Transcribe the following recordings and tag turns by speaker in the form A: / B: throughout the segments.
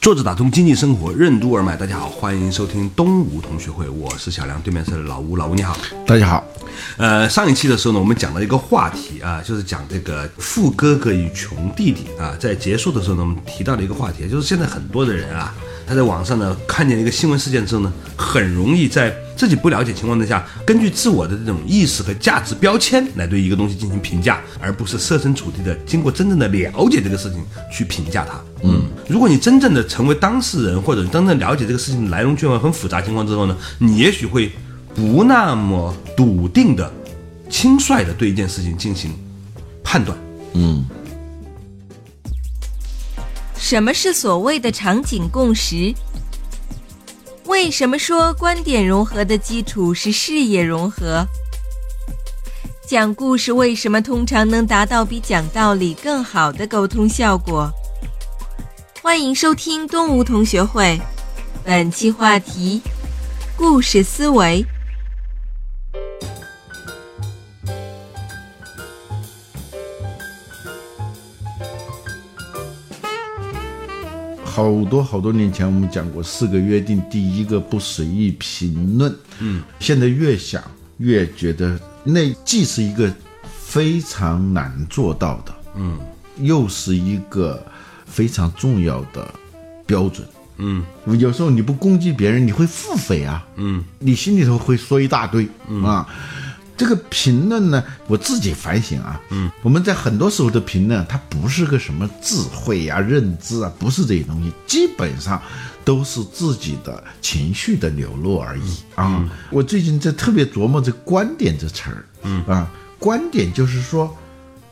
A: 作者打通经济生活任督二脉，大家好，欢迎收听东吴同学会，我是小梁，对面是老吴，老吴你好，
B: 大家好。
A: 呃，上一期的时候呢，我们讲了一个话题啊，就是讲这个富哥哥与穷弟弟啊，在结束的时候呢，我们提到了一个话题，就是现在很多的人啊，他在网上呢看见一个新闻事件之后呢，很容易在自己不了解情况之下，根据自我的这种意识和价值标签来对一个东西进行评价，而不是设身处地的经过真正的了解这个事情去评价它。嗯，如果你真正的成为当事人，或者真正了解这个事情的来龙去脉很复杂情况之后呢，你也许会不那么笃定的、轻率的对一件事情进行判断。
C: 什么是所谓的场景共识？为什么说观点融合的基础是视野融合？讲故事为什么通常能达到比讲道理更好的沟通效果？欢迎收听东吴同学会，本期话题：故事思维。
B: 好多好多年前，我们讲过四个约定，第一个不随意评论。嗯，现在越想越觉得那既是一个非常难做到的，嗯，又是一个非常重要的标准。
A: 嗯，
B: 有时候你不攻击别人，你会腹诽啊。
A: 嗯，
B: 你心里头会说一大堆、啊。这个评论呢，我自己反省啊，嗯，我们在很多时候的评论，它不是个什么智慧呀、认知啊，不是这些东西，基本上都是自己的情绪的流露而已啊。我最近在特别琢磨这“观点”这词儿，嗯啊，观点就是说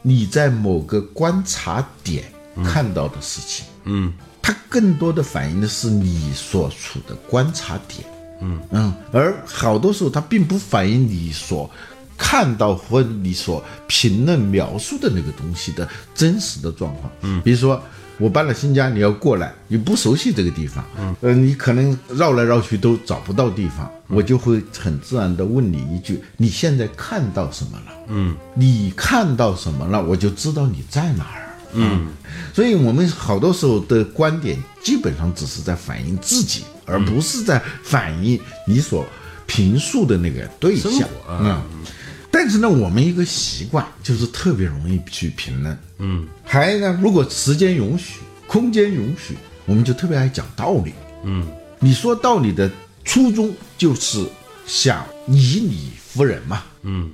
B: 你在某个观察点看到的事情，
A: 嗯，
B: 它更多的反映的是你所处的观察点。嗯嗯，而好多时候它并不反映你所看到或你所评论描述的那个东西的真实的状况。嗯，比如说我搬了新家，你要过来，你不熟悉这个地方，嗯，呃，你可能绕来绕去都找不到地方，我就会很自然的问你一句：你现在看到什么了？嗯，你看到什么了？我就知道你在哪儿。嗯，所以我们好多时候的观点基本上只是在反映自己，而不是在反映你所评述的那个对象。
A: 生活啊
B: 嗯，但是呢，我们一个习惯就是特别容易去评论。嗯，还呢，如果时间允许、空间允许，我们就特别爱讲道理。嗯，你说道理的初衷就是想以理服人嘛。嗯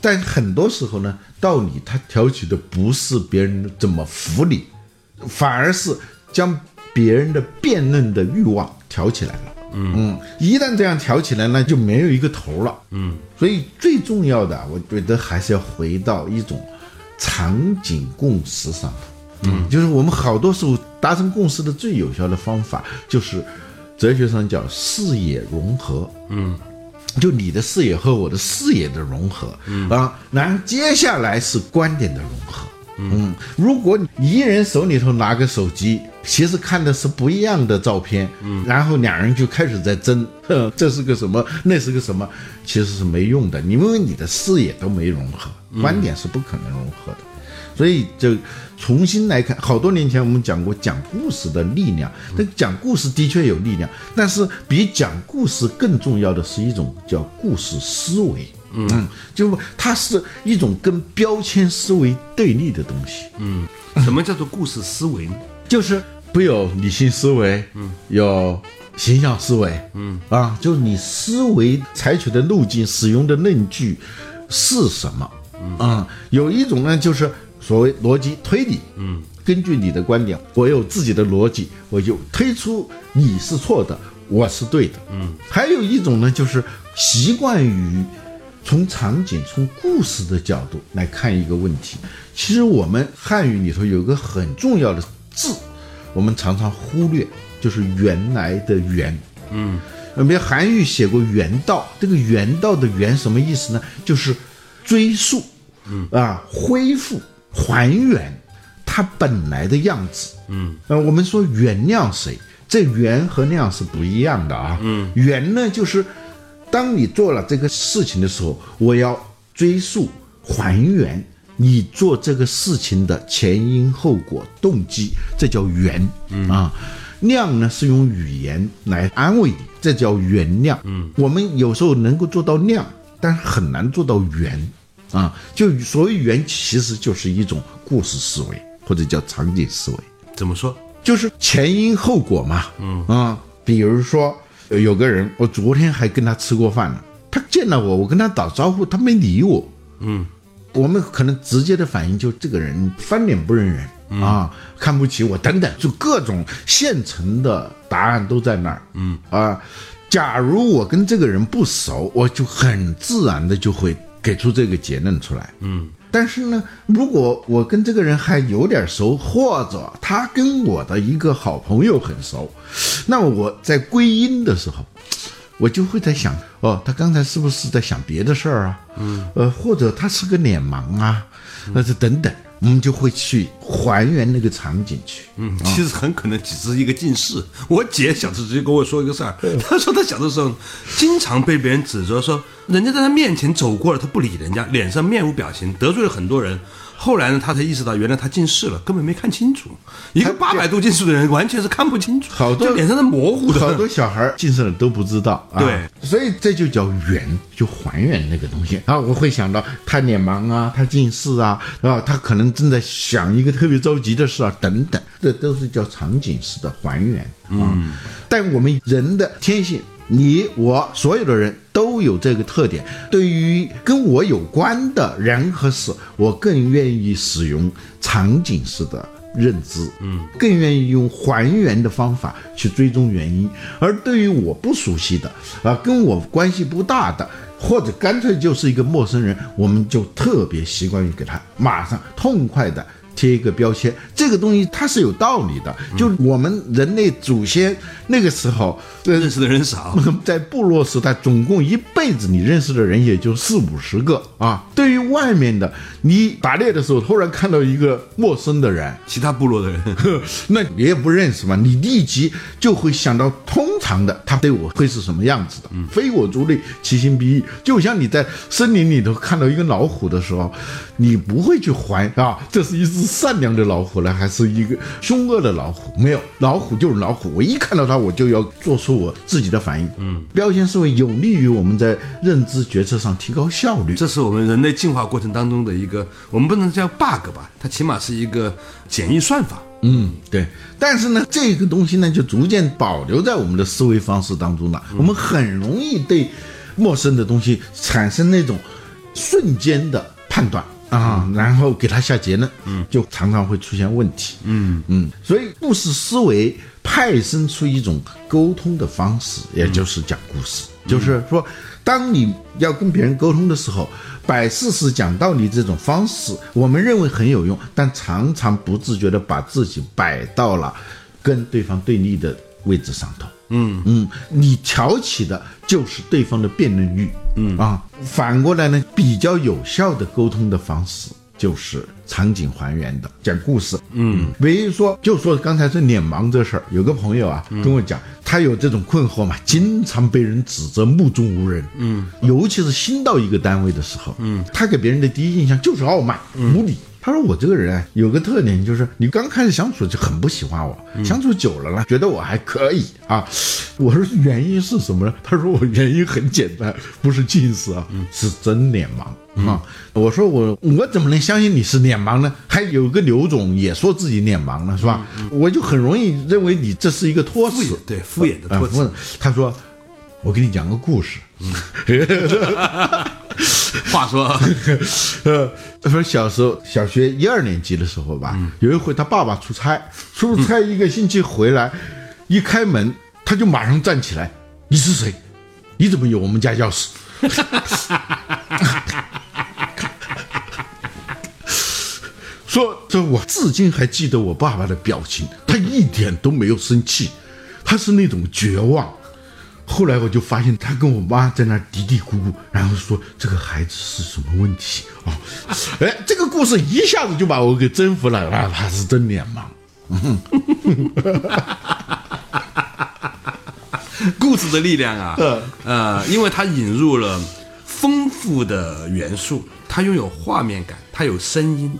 B: 但很多时候呢，道理它挑起的不是别人怎么服你，反而是将别人的辩论的欲望挑起来了。嗯一旦这样挑起来呢，就没有一个头了。嗯，所以最重要的，啊我觉得还是要回到一种场景共识上头。嗯，就是我们好多时候达成共识的最有效的方法，就是哲学上叫视野融合。就你的视野和我的视野的融合，啊，然后接下来是观点的融合。嗯，如果你一人手里头拿个手机，其实看的是不一样的照片，嗯，然后两人就开始在争， 哼，这是个什么，那是个什么，其实是没用的，因为你的视野都没融合，观点是不可能融合的。所以就重新来看，好多年前我们讲过讲故事的力量，但讲故事的确有力量，但是比讲故事更重要的是一种叫故事思维。嗯，就它是一种跟标签思维对立的东西，
A: 什么叫做故事思维呢？
B: 就是不有理性思维，嗯，有形象思维，嗯啊，就是你思维采取的路径、使用的论据是什么，嗯啊，有一种呢就是所谓逻辑推理，嗯，根据你的观点，我有自己的逻辑，我就推出你是错的，我是对的，嗯，还有一种呢就是习惯于。从场景、从故事的角度来看一个问题，其实我们汉语里头有个很重要的字，我们常常忽略，就是原来的“原”。嗯，比如韩愈写过《原道》，这个“原道”的“原”什么意思呢？就是追溯，嗯啊，恢复、还原它本来的样子。嗯，呃，我们说原谅谁，这原和谅是不一样的啊。嗯，原呢就是当你做了这个事情的时候，我要追溯还原你做这个事情的前因后果、动机，这叫原、啊。谅呢是用语言来安慰你，这叫原谅。嗯，我们有时候能够做到谅，但是很难做到原啊。就所谓原，其实就是一种故事思维或者叫场景思维。
A: 怎么说？
B: 就是前因后果嘛。嗯啊，比如说有有个人，我昨天还跟他吃过饭呢，他见到我，我跟他打招呼，他没理我。
A: 嗯，
B: 我们可能直接的反应就这个人翻脸不认人、啊，看不起我等等，就各种现成的答案都在那儿。嗯啊，假如我跟这个人不熟，我就很自然的就会给出这个结论出来。嗯，但是呢，如果我跟这个人还有点熟，或者他跟我的一个好朋友很熟，那么我在归因的时候，我就会在想，哦，他刚才是不是在想别的事儿啊？嗯，呃，或者他是个脸盲啊，那是等等，我们就会去还原那个场景去。
A: 嗯，其实很可能只是一个近视。我姐小的时候就跟我说一个事儿，她说她小的时候经常被别人指责说，人家在她面前走过了，她不理人家，脸上面无表情，得罪了很多人。后来呢，她才意识到原来她近视了，根本没看清楚。一个八百度近视的人完全是看不清楚，
B: 好多
A: 就脸上是模糊的。
B: 好多小孩儿近视了都不知道啊。
A: 对，
B: 所以这就叫圆，就还原那个东西啊。我会想到他脸盲啊，他近视啊，然后他可能正在想一个特别着急的事啊，等等，这都是叫场景式的还原啊。
A: 嗯
B: 但我们人的天性。你我所有的人都有这个特点，对于跟我有关的人和事，我更愿意使用场景式的认知，嗯，更愿意用还原的方法去追踪原因。而对于我不熟悉的，啊，跟我关系不大的，或者干脆就是一个陌生人，我们就特别习惯于给他马上痛快的。贴一个标签，这个东西它是有道理的。就我们人类祖先那个时候，呃，
A: 认识的人少，
B: 在部落时代，总共一辈子你认识的人也就四五十个啊。对于外面的，你打猎的时候突然看到一个陌生的人，
A: 其他部落的人，
B: 那你也不认识嘛，你立即就会想到通常的他对我会是什么样子的。非我族类，其心必异。就像你在森林里头看到一个老虎的时候，你不会去怀啊，这是一只善良的老虎呢，还是一个凶恶的老虎？没有，老虎就是老虎。我一看到它，我就要做出我自己的反应。嗯，标签思维有利于我们在认知决策上提高效率。
A: 这是我们人类进化过程当中的一个，我们不能叫 bug 吧，它起码是一个简易算法。
B: 嗯，对。但是呢，这个东西呢，就逐渐保留在我们的思维方式当中了。我们很容易对陌生的东西产生那种瞬间的判断啊，然后给它下结论，嗯，就常常会出现问题。嗯嗯，所以故事思维派生出一种沟通的方式，也就是讲故事，就是说，当你要跟别人沟通的时候，摆事实讲道理这种方式，我们认为很有用，但常常不自觉的把自己摆到了跟对方对立的位置上头。嗯嗯，你挑起的就是对方的辩论欲。嗯啊，反过来呢，比较有效的沟通的方式就是场景还原的，讲故事。嗯，比如说，就说刚才是脸盲这事儿，有个朋友啊跟我讲，他有这种困惑嘛，经常被人指责目中无人。嗯，尤其是新到一个单位的时候，嗯，他给别人的第一印象就是傲慢、无理。他说我这个人啊有个特点，就是你刚开始相处就很不喜欢我，相处久了呢，觉得我还可以啊。我说原因是什么呢？ 他说我原因很简单，不是近视啊，是真脸盲。啊、我说我我怎么能相信你是脸盲呢？还有个刘总也说自己脸盲了，是吧？我就很容易认为你这是一个托词，
A: 对，敷衍的
B: 啊
A: 托
B: 不
A: 词
B: 是，他说我给你讲个故事，
A: 话说 啊，
B: 呃，他说小时候小学一二年级的时候吧，有一回他爸爸出差，出差一个星期回来，一开门他就马上站起来，你是谁？你怎么有我们家钥匙？ 说这我至今还记得我爸爸的表情，他一点都没有生气，他是那种绝望，后来我就发现他跟我妈在那儿嘀嘀咕咕，然后说这个孩子是什么问题啊？哎，这个故事一下子就把我给征服了，啊，他是真脸盲。
A: 故事的力量 啊，呃，因为它引入了丰富的元素，它拥有画面感，它有声音，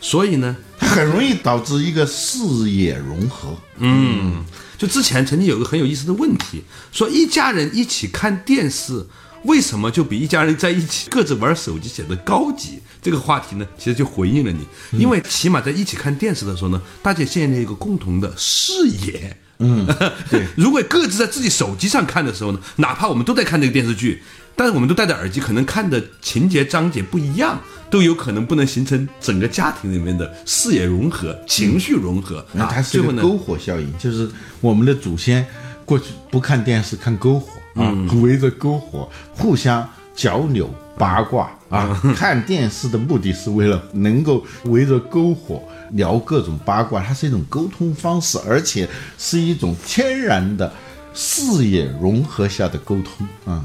A: 所以呢，
B: 它很容易导致一个视野融合。
A: 嗯，就之前曾经有个很有意思的问题，说一家人一起看电视，为什么就比一家人在一起各自玩手机显得高级？这个话题呢，其实就回应了你，
B: 嗯
A: 因为起码在一起看电视的时候呢，大家建立了一个共同的视野。嗯，对。 如果各自在自己手机上看的时候呢，哪怕我们都在看这个电视剧，但是我们都戴着耳机，可能看的情节章节不一样，都有可能不能形成整个家庭里面的视野融合、情绪融合、
B: 那
A: 啊。
B: 它是
A: 最
B: 一
A: 后
B: 个
A: 呢，
B: 篝火效应，就是我们的祖先过去不看电视，看篝火啊，
A: 嗯
B: 围着篝火互相交流八卦啊。
A: 嗯
B: 看电视的目的是为了能够围着篝火聊各种八卦，它是一种沟通方式，而且是一种天然的视野融合下的沟通啊。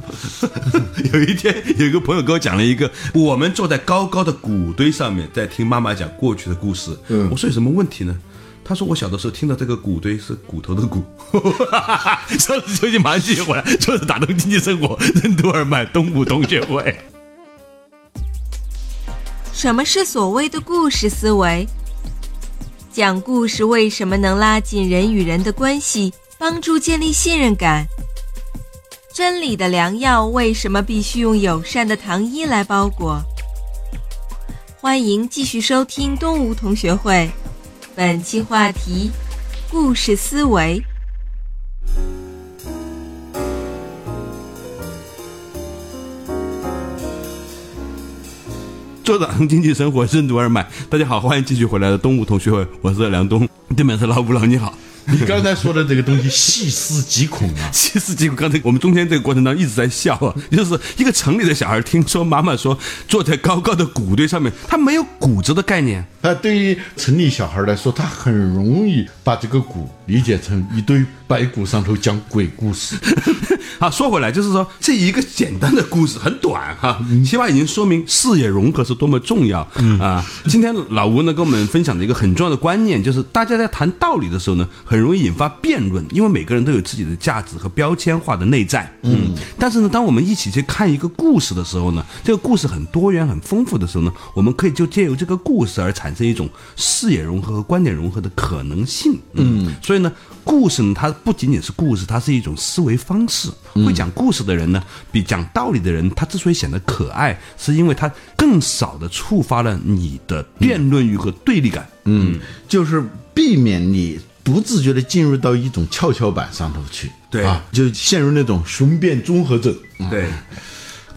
A: 有一天，有一个朋友跟我讲了一个，我们坐在高高的谷堆上面，在听妈妈讲过去的故事。嗯，我说有什么问题呢？他说我小的时候听到这个谷堆是骨头的骨。
D: 上次休息马上继续回来，这是打通经济生活任督二脉东吴同学会。
C: 什么是所谓的故事思维？讲故事为什么能拉近人与人的关系，帮助建立信任感？真理的良药为什么必须用友善的糖衣来包裹？欢迎继续收听东吴同学会，本期话题：故事思维。
A: 做打通经济生活任督二脉，大家好，欢迎继续回来的东吴同学会，我是梁东，对面是老吴老，你好。
B: 你刚才说的这个东西细思极恐 啊。
A: 其实结果刚才我们中间这个过程当中一直在笑啊，就是一个城里的小孩听说妈妈说坐在高高的谷堆上面，他没有骨折的概念，
B: 那对于城里小孩来说，他很容易把这个鼓理解成一堆白骨上头讲鬼故事。
A: 啊，说回来，就是说这一个简单的故事很短哈、起码已经说明视野融合是多么重要、啊。今天老吴呢跟我们分享的一个很重要的观念，就是大家在谈道理的时候呢，很容易引发辩论，因为每个人都有自己的价值和标签化的内在。嗯，但是呢，当我们一起去看一个故事的时候呢，这个故事很多元、很丰富的时候呢，我们可以就借由这个故事而产生一种视野融合和观点融合的可能性。嗯，所以呢，故事呢，它不仅仅是故事，它是一种思维方式。会讲故事的人呢，比讲道理的人，他之所以显得可爱，是因为他更少的触发了你的辩论欲和对立感。
B: 嗯，就是避免你不自觉的进入到一种跷跷板上头去，
A: 对
B: 啊，就陷入那种雄辩综合症。嗯
A: 对，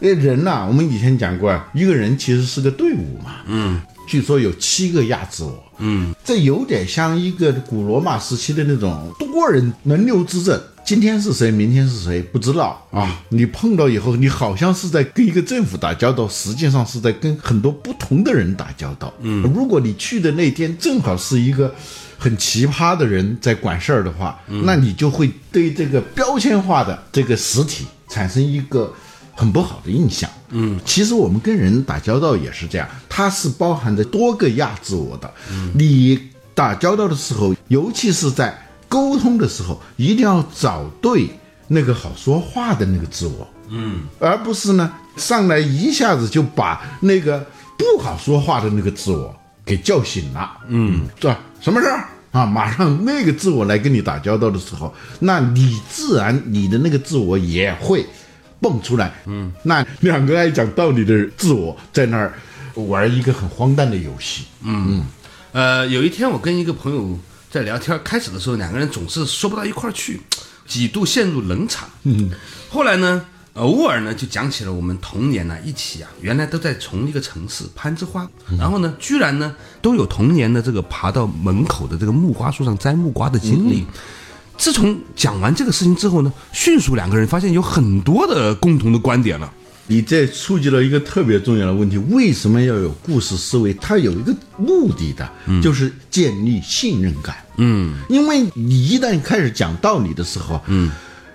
B: 那人呐、我们以前讲过，啊，一个人其实是个队伍嘛。嗯，据说有七个亚自我。嗯，这有点像一个古罗马时期的那种多人轮流执政。今天是谁，明天是谁，不知道啊。你碰到以后，你好像是在跟一个政府打交道，实际上是在跟很多不同的人打交道。嗯，如果你去的那天正好是一个很奇葩的人在管事儿的话，那你就会对这个标签化的这个实体产生一个很不好的印象。嗯，其实我们跟人打交道也是这样，它是包含着多个亚自我的。你打交道的时候，尤其是在沟通的时候，一定要找对那个好说话的那个自我。嗯，而不是呢上来一下子就把那个不好说话的那个自我给叫醒了。嗯，这什么事儿？啊，马上那个自我来跟你打交道的时候，那你自然你的那个自我也会蹦出来。嗯，那两个爱讲道理的自我在那儿玩一个很荒诞的游戏。
A: 呃，有一天我跟一个朋友在聊天，开始的时候两个人总是说不到一块儿去，几度陷入冷场。嗯，后来呢，偶尔呢就讲起了我们童年呢、一起啊，原来都在同一个城市攀枝花，然后呢，居然呢都有童年的这个爬到门口的这个木瓜树上摘木瓜的经历。自从讲完这个事情之后呢，迅速两个人发现有很多的共同的观点了。
B: 你这触及了一个特别重要的问题：为什么要有故事思维？它有一个目的的，就是建立信任感。嗯，因为你一旦开始讲道理的时候，嗯，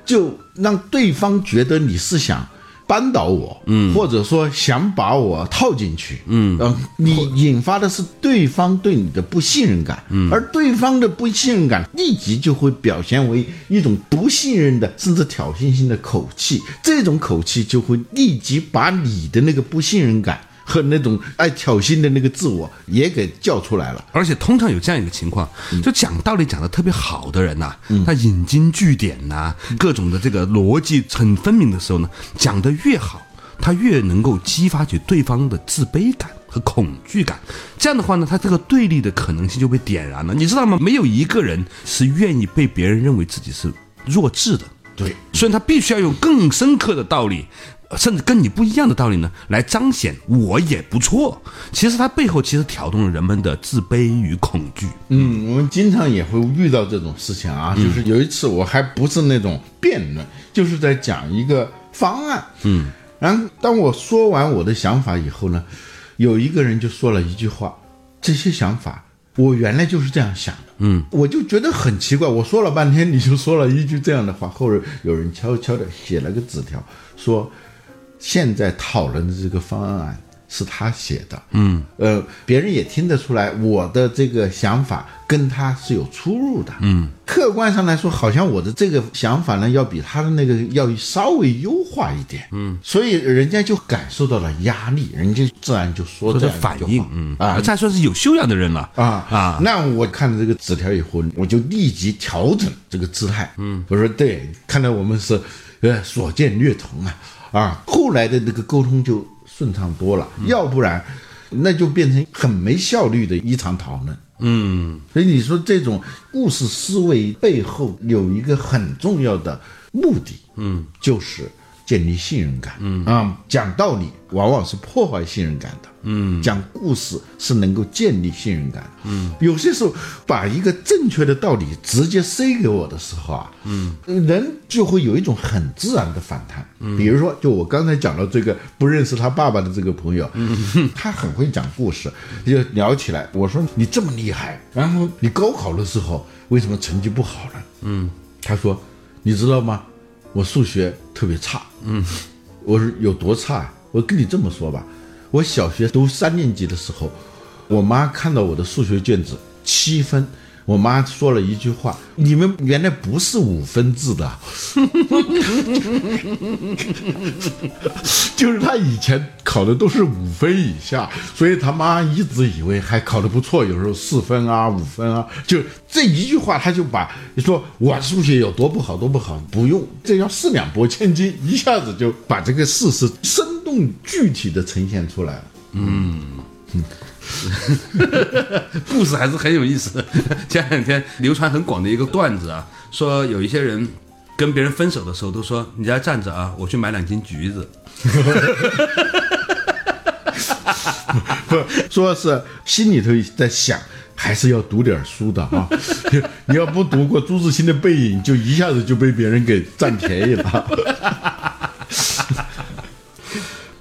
B: 就让对方觉得你是想扳倒我，嗯，或者说想把我套进去，嗯，呃，你引发的是对方对你的不信任感，嗯，而对方的不信任感立即就会表现为一种不信任的甚至挑衅性的口气，这种口气就会立即把你的那个不信任感。和那种爱挑衅的那个自我也给叫出来了，
A: 而且通常有这样一个情况，就讲道理讲的特别好的人呐、他引经据典呐、各种的这个逻辑很分明的时候呢，讲的越好，他越能够激发起对方的自卑感。和恐惧感，这样的话呢，他这个对立的可能性就被点燃了，你知道吗？没有一个人是愿意被别人认为自己是弱智的，
B: 对，
A: 所以他必须要用更深刻的道理，呃甚至跟你不一样的道理呢，来彰显我也不错。其实他背后其实挑动了人们的自卑与恐惧。
B: 嗯，我们经常也会遇到这种事情啊，就是有一次我还不是那种辩论，就是在讲一个方案。嗯，然后当我说完我的想法以后呢，有一个人就说了一句话：“这些想法我原来就是这样想的。”嗯，我就觉得很奇怪，我说了半天你就说了一句这样的话，后来有人悄悄的写了个纸条说。现在讨论的这个方案是他写的，嗯，呃，别人也听得出来我的这个想法跟他是有出入的，嗯，客观上来说，好像我的这个想法呢，要比他的那个要稍微优化一点，嗯，所以人家就感受到了压力，人家自然就说
A: 这
B: 这
A: 是
B: 样一句话
A: 反应，嗯
B: 啊，
A: 这还算是有修养的人了
B: 啊
A: 啊！
B: 那我看了这个纸条以后，我就立即调整这个姿态。嗯，我说对，看来我们是呃所见略同啊啊！后来的这个沟通就顺畅多了，要不然那就变成很没效率的一场讨论。嗯，所以你说这种故事思维背后有一个很重要的目的，嗯，就是建立信任感。嗯啊、讲道理往往是破坏信任感的。嗯，讲故事是能够建立信任感。嗯，有些时候把一个正确的道理直接塞给我的时候啊，嗯，人就会有一种很自然的反弹。嗯，比如说，就我刚才讲到这个不认识他爸爸的这个朋友，嗯，他很会讲故事，就聊起来。我说你这么厉害，然后你高考的时候为什么成绩不好呢？嗯，他说你知道吗？我数学特别差。嗯，我说有多差啊？我跟你这么说吧，我小学读三年级的时候，我妈看到我的数学卷子七分，我妈说了一句话：“你们原来不是五分制的啊。”就是他以前考的都是五分以下，所以他妈一直以为还考得不错，有时候四分啊、五分啊，就这一句话他就把你说我数学有多不好多不好，不用，这要四两拨千斤，一下子就把这个事实生动具体的呈现出来了。
A: 故事还是很有意思的。 前两天流传很广的一个段子啊，说有一些人跟别人分手的时候都说：“你在这站着啊，我去买两斤橘子。
B: 说是心里头在想，还是要读点书的啊！ 你要不读过朱自清的《背影》，就一下子就被别人给占便宜了。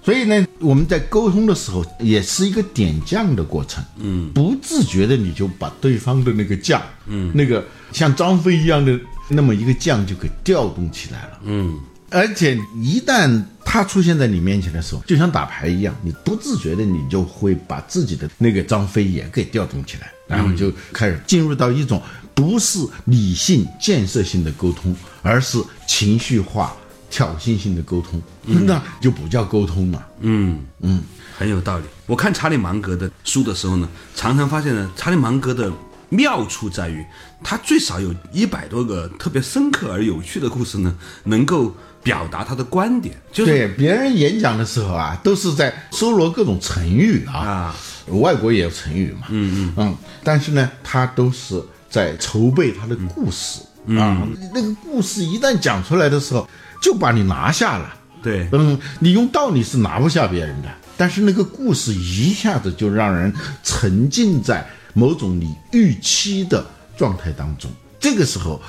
B: 所以呢，我们在沟通的时候，也是一个点将的过程。嗯，不自觉的你就把对方的那个将，嗯，那个像张飞一样的那么一个将就给调动起来了。嗯，而且一旦他出现在你面前的时候，就像打牌一样，你不自觉的你就会把自己的那个张飞也给调动起来，然后就开始进入到一种不是理性建设性的沟通，而是情绪化。挑衅性的沟通，那就不叫沟通了。”
A: 嗯嗯，很有道理。我看查理芒格的书的时候呢，常常发现呢，查理芒格的妙处在于，他最少有一百多个特别深刻而有趣的故事呢，能够表达他的观点，就是
B: 对，别人演讲的时候啊，都是在搜罗各种成语啊，
A: 啊
B: 外国也有成语嘛，嗯嗯嗯，但是呢，他都是在筹备他的故事、啊，那个故事一旦讲出来的时候，就把你拿下了。
A: 对
B: 嗯，你用道理是拿不下别人的，但是那个故事一下子就让人沉浸在某种你预期的状态当中，这个时候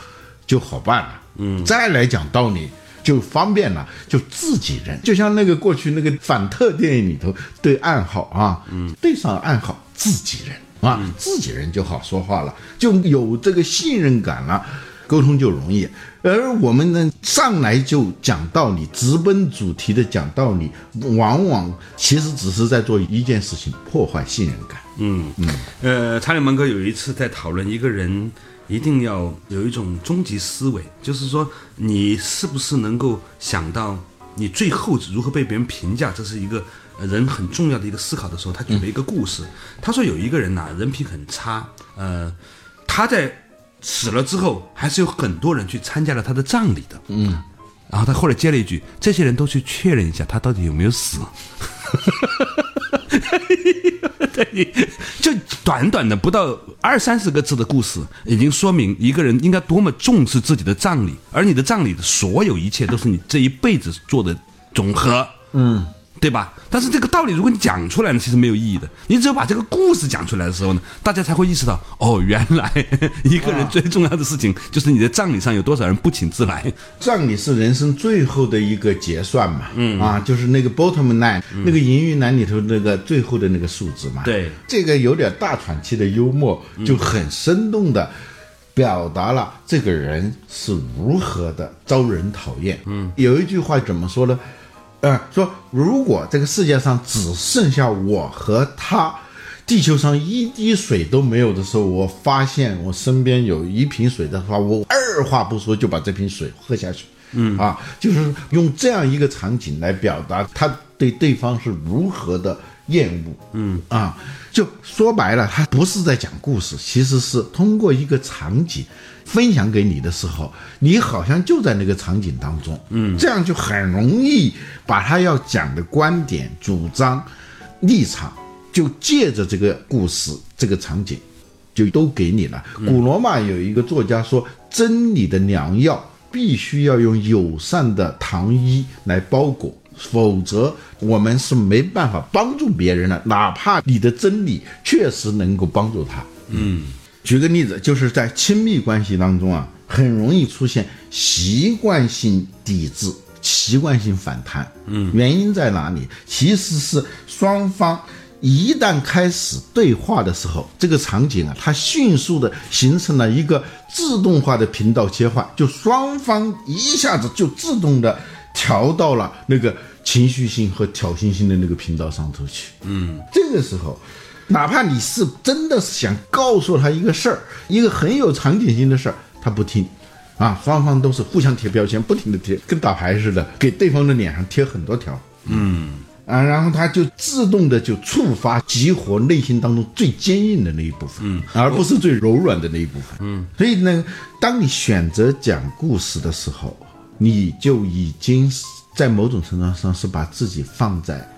B: 就好办了。嗯，再来讲道理就方便了，就自己人，就像那个过去那个反特电影里头对暗号啊，嗯，对上暗号自己人啊，自己人就好说话了，就有这个信任感了。沟通就容易。而我们呢，上来就讲道理，直奔主题的讲道理，往往其实只是在做一件事情，破坏信任感。
A: 呃，查理芒格有一次在讨论一个人一定要有一种终极思维，就是说你是不是能够想到你最后如何被别人评价，这是一个呃人很重要的一个思考的时候，他举了一个故事，他说有一个人呐、人品很差，呃，他在死了之后，还是有很多人去参加了他的葬礼的，嗯。然后他后来接了一句：“这些人都去确认一下他到底有没有死。” 就短短的不到二三十个字的故事，已经说明一个人应该多么重视自己的葬礼，而你的葬礼的所有一切都是你这一辈子做的总和，嗯，对吧？但是这个道理如果你讲出来呢，其实没有意义的。你只有把这个故事讲出来的时候呢，大家才会意识到，哦，原来一个人最重要的事情就是你的葬礼上有多少人不请自来。
B: 葬礼是人生最后的一个结算嘛，嗯啊，就是那个 bottom line，、那个银玉栏里头那个最后的那个数字嘛。
A: 对
B: 这个有点大喘气的幽默，就很生动的表达了这个人是如何的招人讨厌。嗯，有一句话怎么说呢？呃，说如果这个世界上只剩下我和他。地球上一滴水都没有的时候，我发现我身边有一瓶水的话，我二话不说就把这瓶水喝下去。嗯啊，就是用这样一个场景来表达他对对方是如何的厌恶。嗯啊，就说白了，他不是在讲故事，其实是通过一个场景分享给你的时候，你好像就在那个场景当中。嗯，这样就很容易把他要讲的观点、主张、立场，就借着这个故事、这个场景就都给你了。古罗马有一个作家说，真理的良药必须要用友善的糖衣来包裹，否则我们是没办法帮助别人的，哪怕你的真理确实能够帮助他。举个例子，就是在亲密关系当中啊，很容易出现习惯性抵制、习惯性反弹。嗯，原因在哪里？其实是双方一旦开始对话的时候，这个场景啊，它迅速的形成了一个自动化的频道切换，就双方一下子就自动的调到了那个情绪性和挑衅性的那个频道上头去。这个时候，哪怕你是真的想告诉他一个事儿，一个很有场景性的事儿，他不听，啊，双方都是互相贴标签，不停的贴，跟打牌似的，给对方的脸上贴很多条。啊，然后他就自动的就触发激活内心当中最坚硬的那一部分，嗯，而不是最柔软的那一部分，嗯。所以呢，当你选择讲故事的时候，你就已经是在某种程度上是把自己放在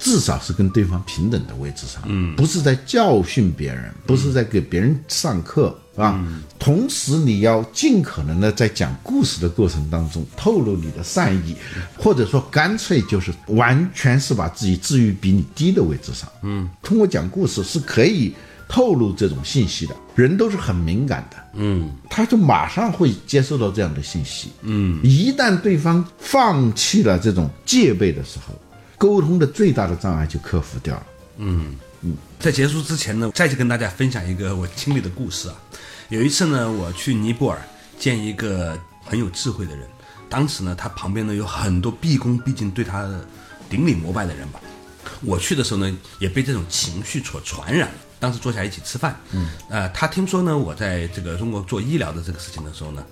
B: 至少是跟对方平等的位置上，嗯，不是在教训别人，不是在给别人上课。啊，同时你要尽可能的在讲故事的过程当中透露你的善意，或者说干脆就是完全是把自己置于比你低的位置上。嗯，通过讲故事是可以透露这种信息的，人都是很敏感的。嗯，他就马上会接受到这样的信息。嗯，一旦对方放弃了这种戒备的时候，沟通的最大的障碍就克服掉了。
A: 在结束之前呢，再次跟大家分享一个我经历的故事啊。有一次呢，我去尼泊尔见一个很有智慧的人，当时呢，他旁边呢有很多毕恭毕敬对他顶礼膜拜的人吧。我去的时候呢，也被这种情绪所传染。当时坐下一起吃饭，嗯，呃，他听说呢我在这个中国做医疗的这个事情的时候呢，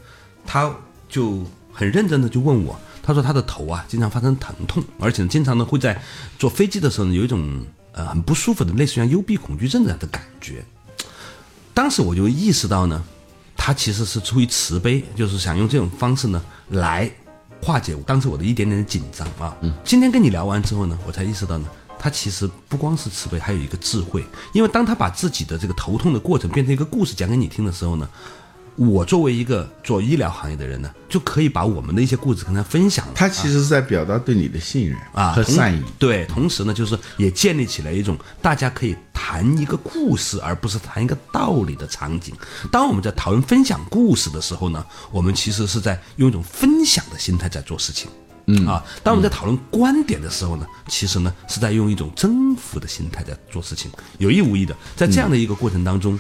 A: 他就很认真的就问我，他说他的头啊经常发生疼痛，而且呢经常呢会在坐飞机的时候呢有一种呃很不舒服的类似于像幽闭恐惧症的的感觉。当时我就意识到呢，他其实是出于慈悲，就是想用这种方式呢来化解我当时我的一点点的紧张啊。嗯，今天跟你聊完之后呢，我才意识到呢，他其实不光是慈悲，还有一个智慧。因为当他把自己的这个头痛的过程变成一个故事讲给你听的时候呢，我作为一个做医疗行业的人呢，就可以把我们的一些故事跟他分享了。
B: 他其实是在表达对你的信任
A: 啊
B: 和
A: 同
B: 善意。
A: 对，同时呢，就是也建立起来一种大家可以谈一个故事，而不是谈一个道理的场景。当我们在讨论分享故事的时候呢，我们其实是在用一种分享的心态在做事情。嗯啊，当我们在讨论观点的时候呢，其实呢是在用一种征服的心态在做事情，有意无意的，在这样的一个过程当中，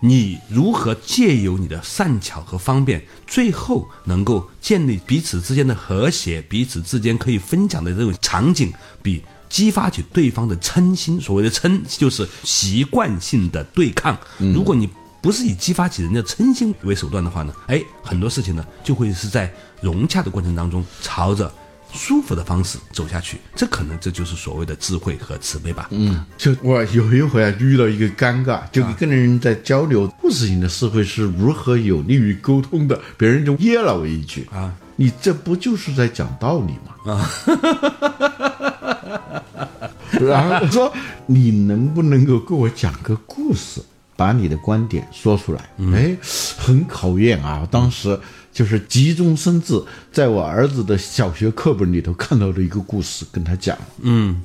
A: 你如何借由你的善巧和方便，最后能够建立彼此之间的和谐，彼此之间可以分享的这种场景，比激发起对方的嗔心。所谓的嗔，就是习惯性的对抗。如果你不是以激发起人的嗔心为手段的话呢，哎，很多事情呢就会是在融洽的过程当中，朝着舒服的方式走下去。这可能这就是所谓的智慧和慈悲吧。嗯，
B: 就我有一回啊，遇到一个尴尬，就跟人在交流故事型的社会是如何有利于沟通的，别人就噎了我一句啊，你这不就是在讲道理吗？啊， 然后说你能不能够给我讲个故事，把你的观点说出来？哎，很考验啊，我当时。就是急中生智，在我儿子的小学课本里头看到的一个故事，跟他讲。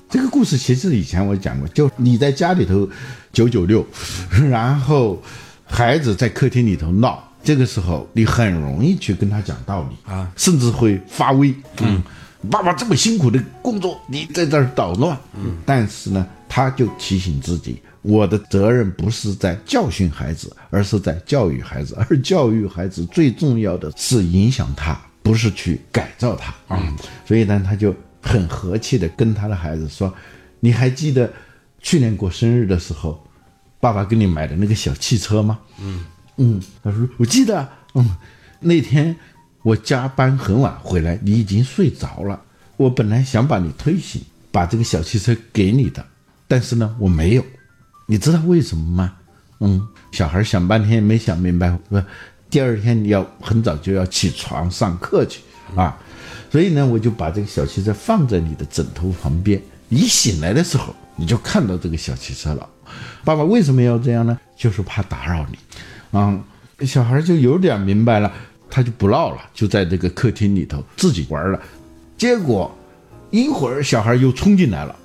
B: 这个故事其实以前我讲过，就你在家里头九九六， 然后孩子在客厅里头闹，这个时候你很容易去跟他讲道理啊，甚至会发威。嗯，爸爸这么辛苦的工作，你在这儿捣乱。嗯，但是呢，他就提醒自己。我的责任不是在教训孩子，而是在教育孩子。 而教育孩子最重要的是影响他，不是去改造他啊。所以呢，他就很和气的跟他的孩子说：“你还记得去年过生日的时候，爸爸给你买的那个小汽车吗？”嗯嗯，他说：“我记得。”嗯，那天我加班很晚回来，你已经睡着了。我本来想把你推醒，把这个小汽车给你的，但是呢，我没有。你知道为什么吗？嗯，小孩想半天也没想明白，说第二天你要很早就要起床上课去啊，所以呢，我就把这个小汽车放在你的枕头旁边，你醒来的时候你就看到这个小汽车了。爸爸为什么要这样呢？就是怕打扰你，嗯，小孩就有点明白了，他就不闹了，就在这个客厅里头自己玩了。结果一会儿小孩又冲进来了，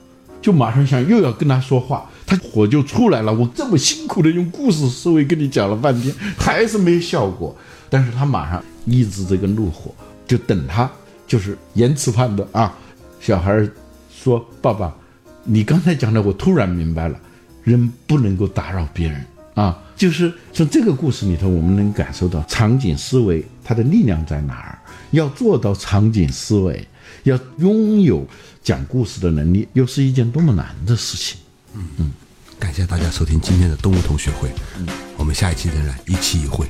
B: 就马上想又要跟他说话，他火就出来了。我这么辛苦的用故事思维跟你讲了半天，还是没效果。但是他马上抑制这个怒火，就等他就是延迟判断啊。小孩说：“爸爸，你刚才讲的我突然明白了，人不能够打扰别人啊。”就是从这个故事里头，我们能感受到场景思维它的力量在哪儿。要做到场景思维，要拥有讲故事的能力，又是一件多么难的事情。
A: 感谢大家收听今天的动物同学会，我们下一期仍然一期一会。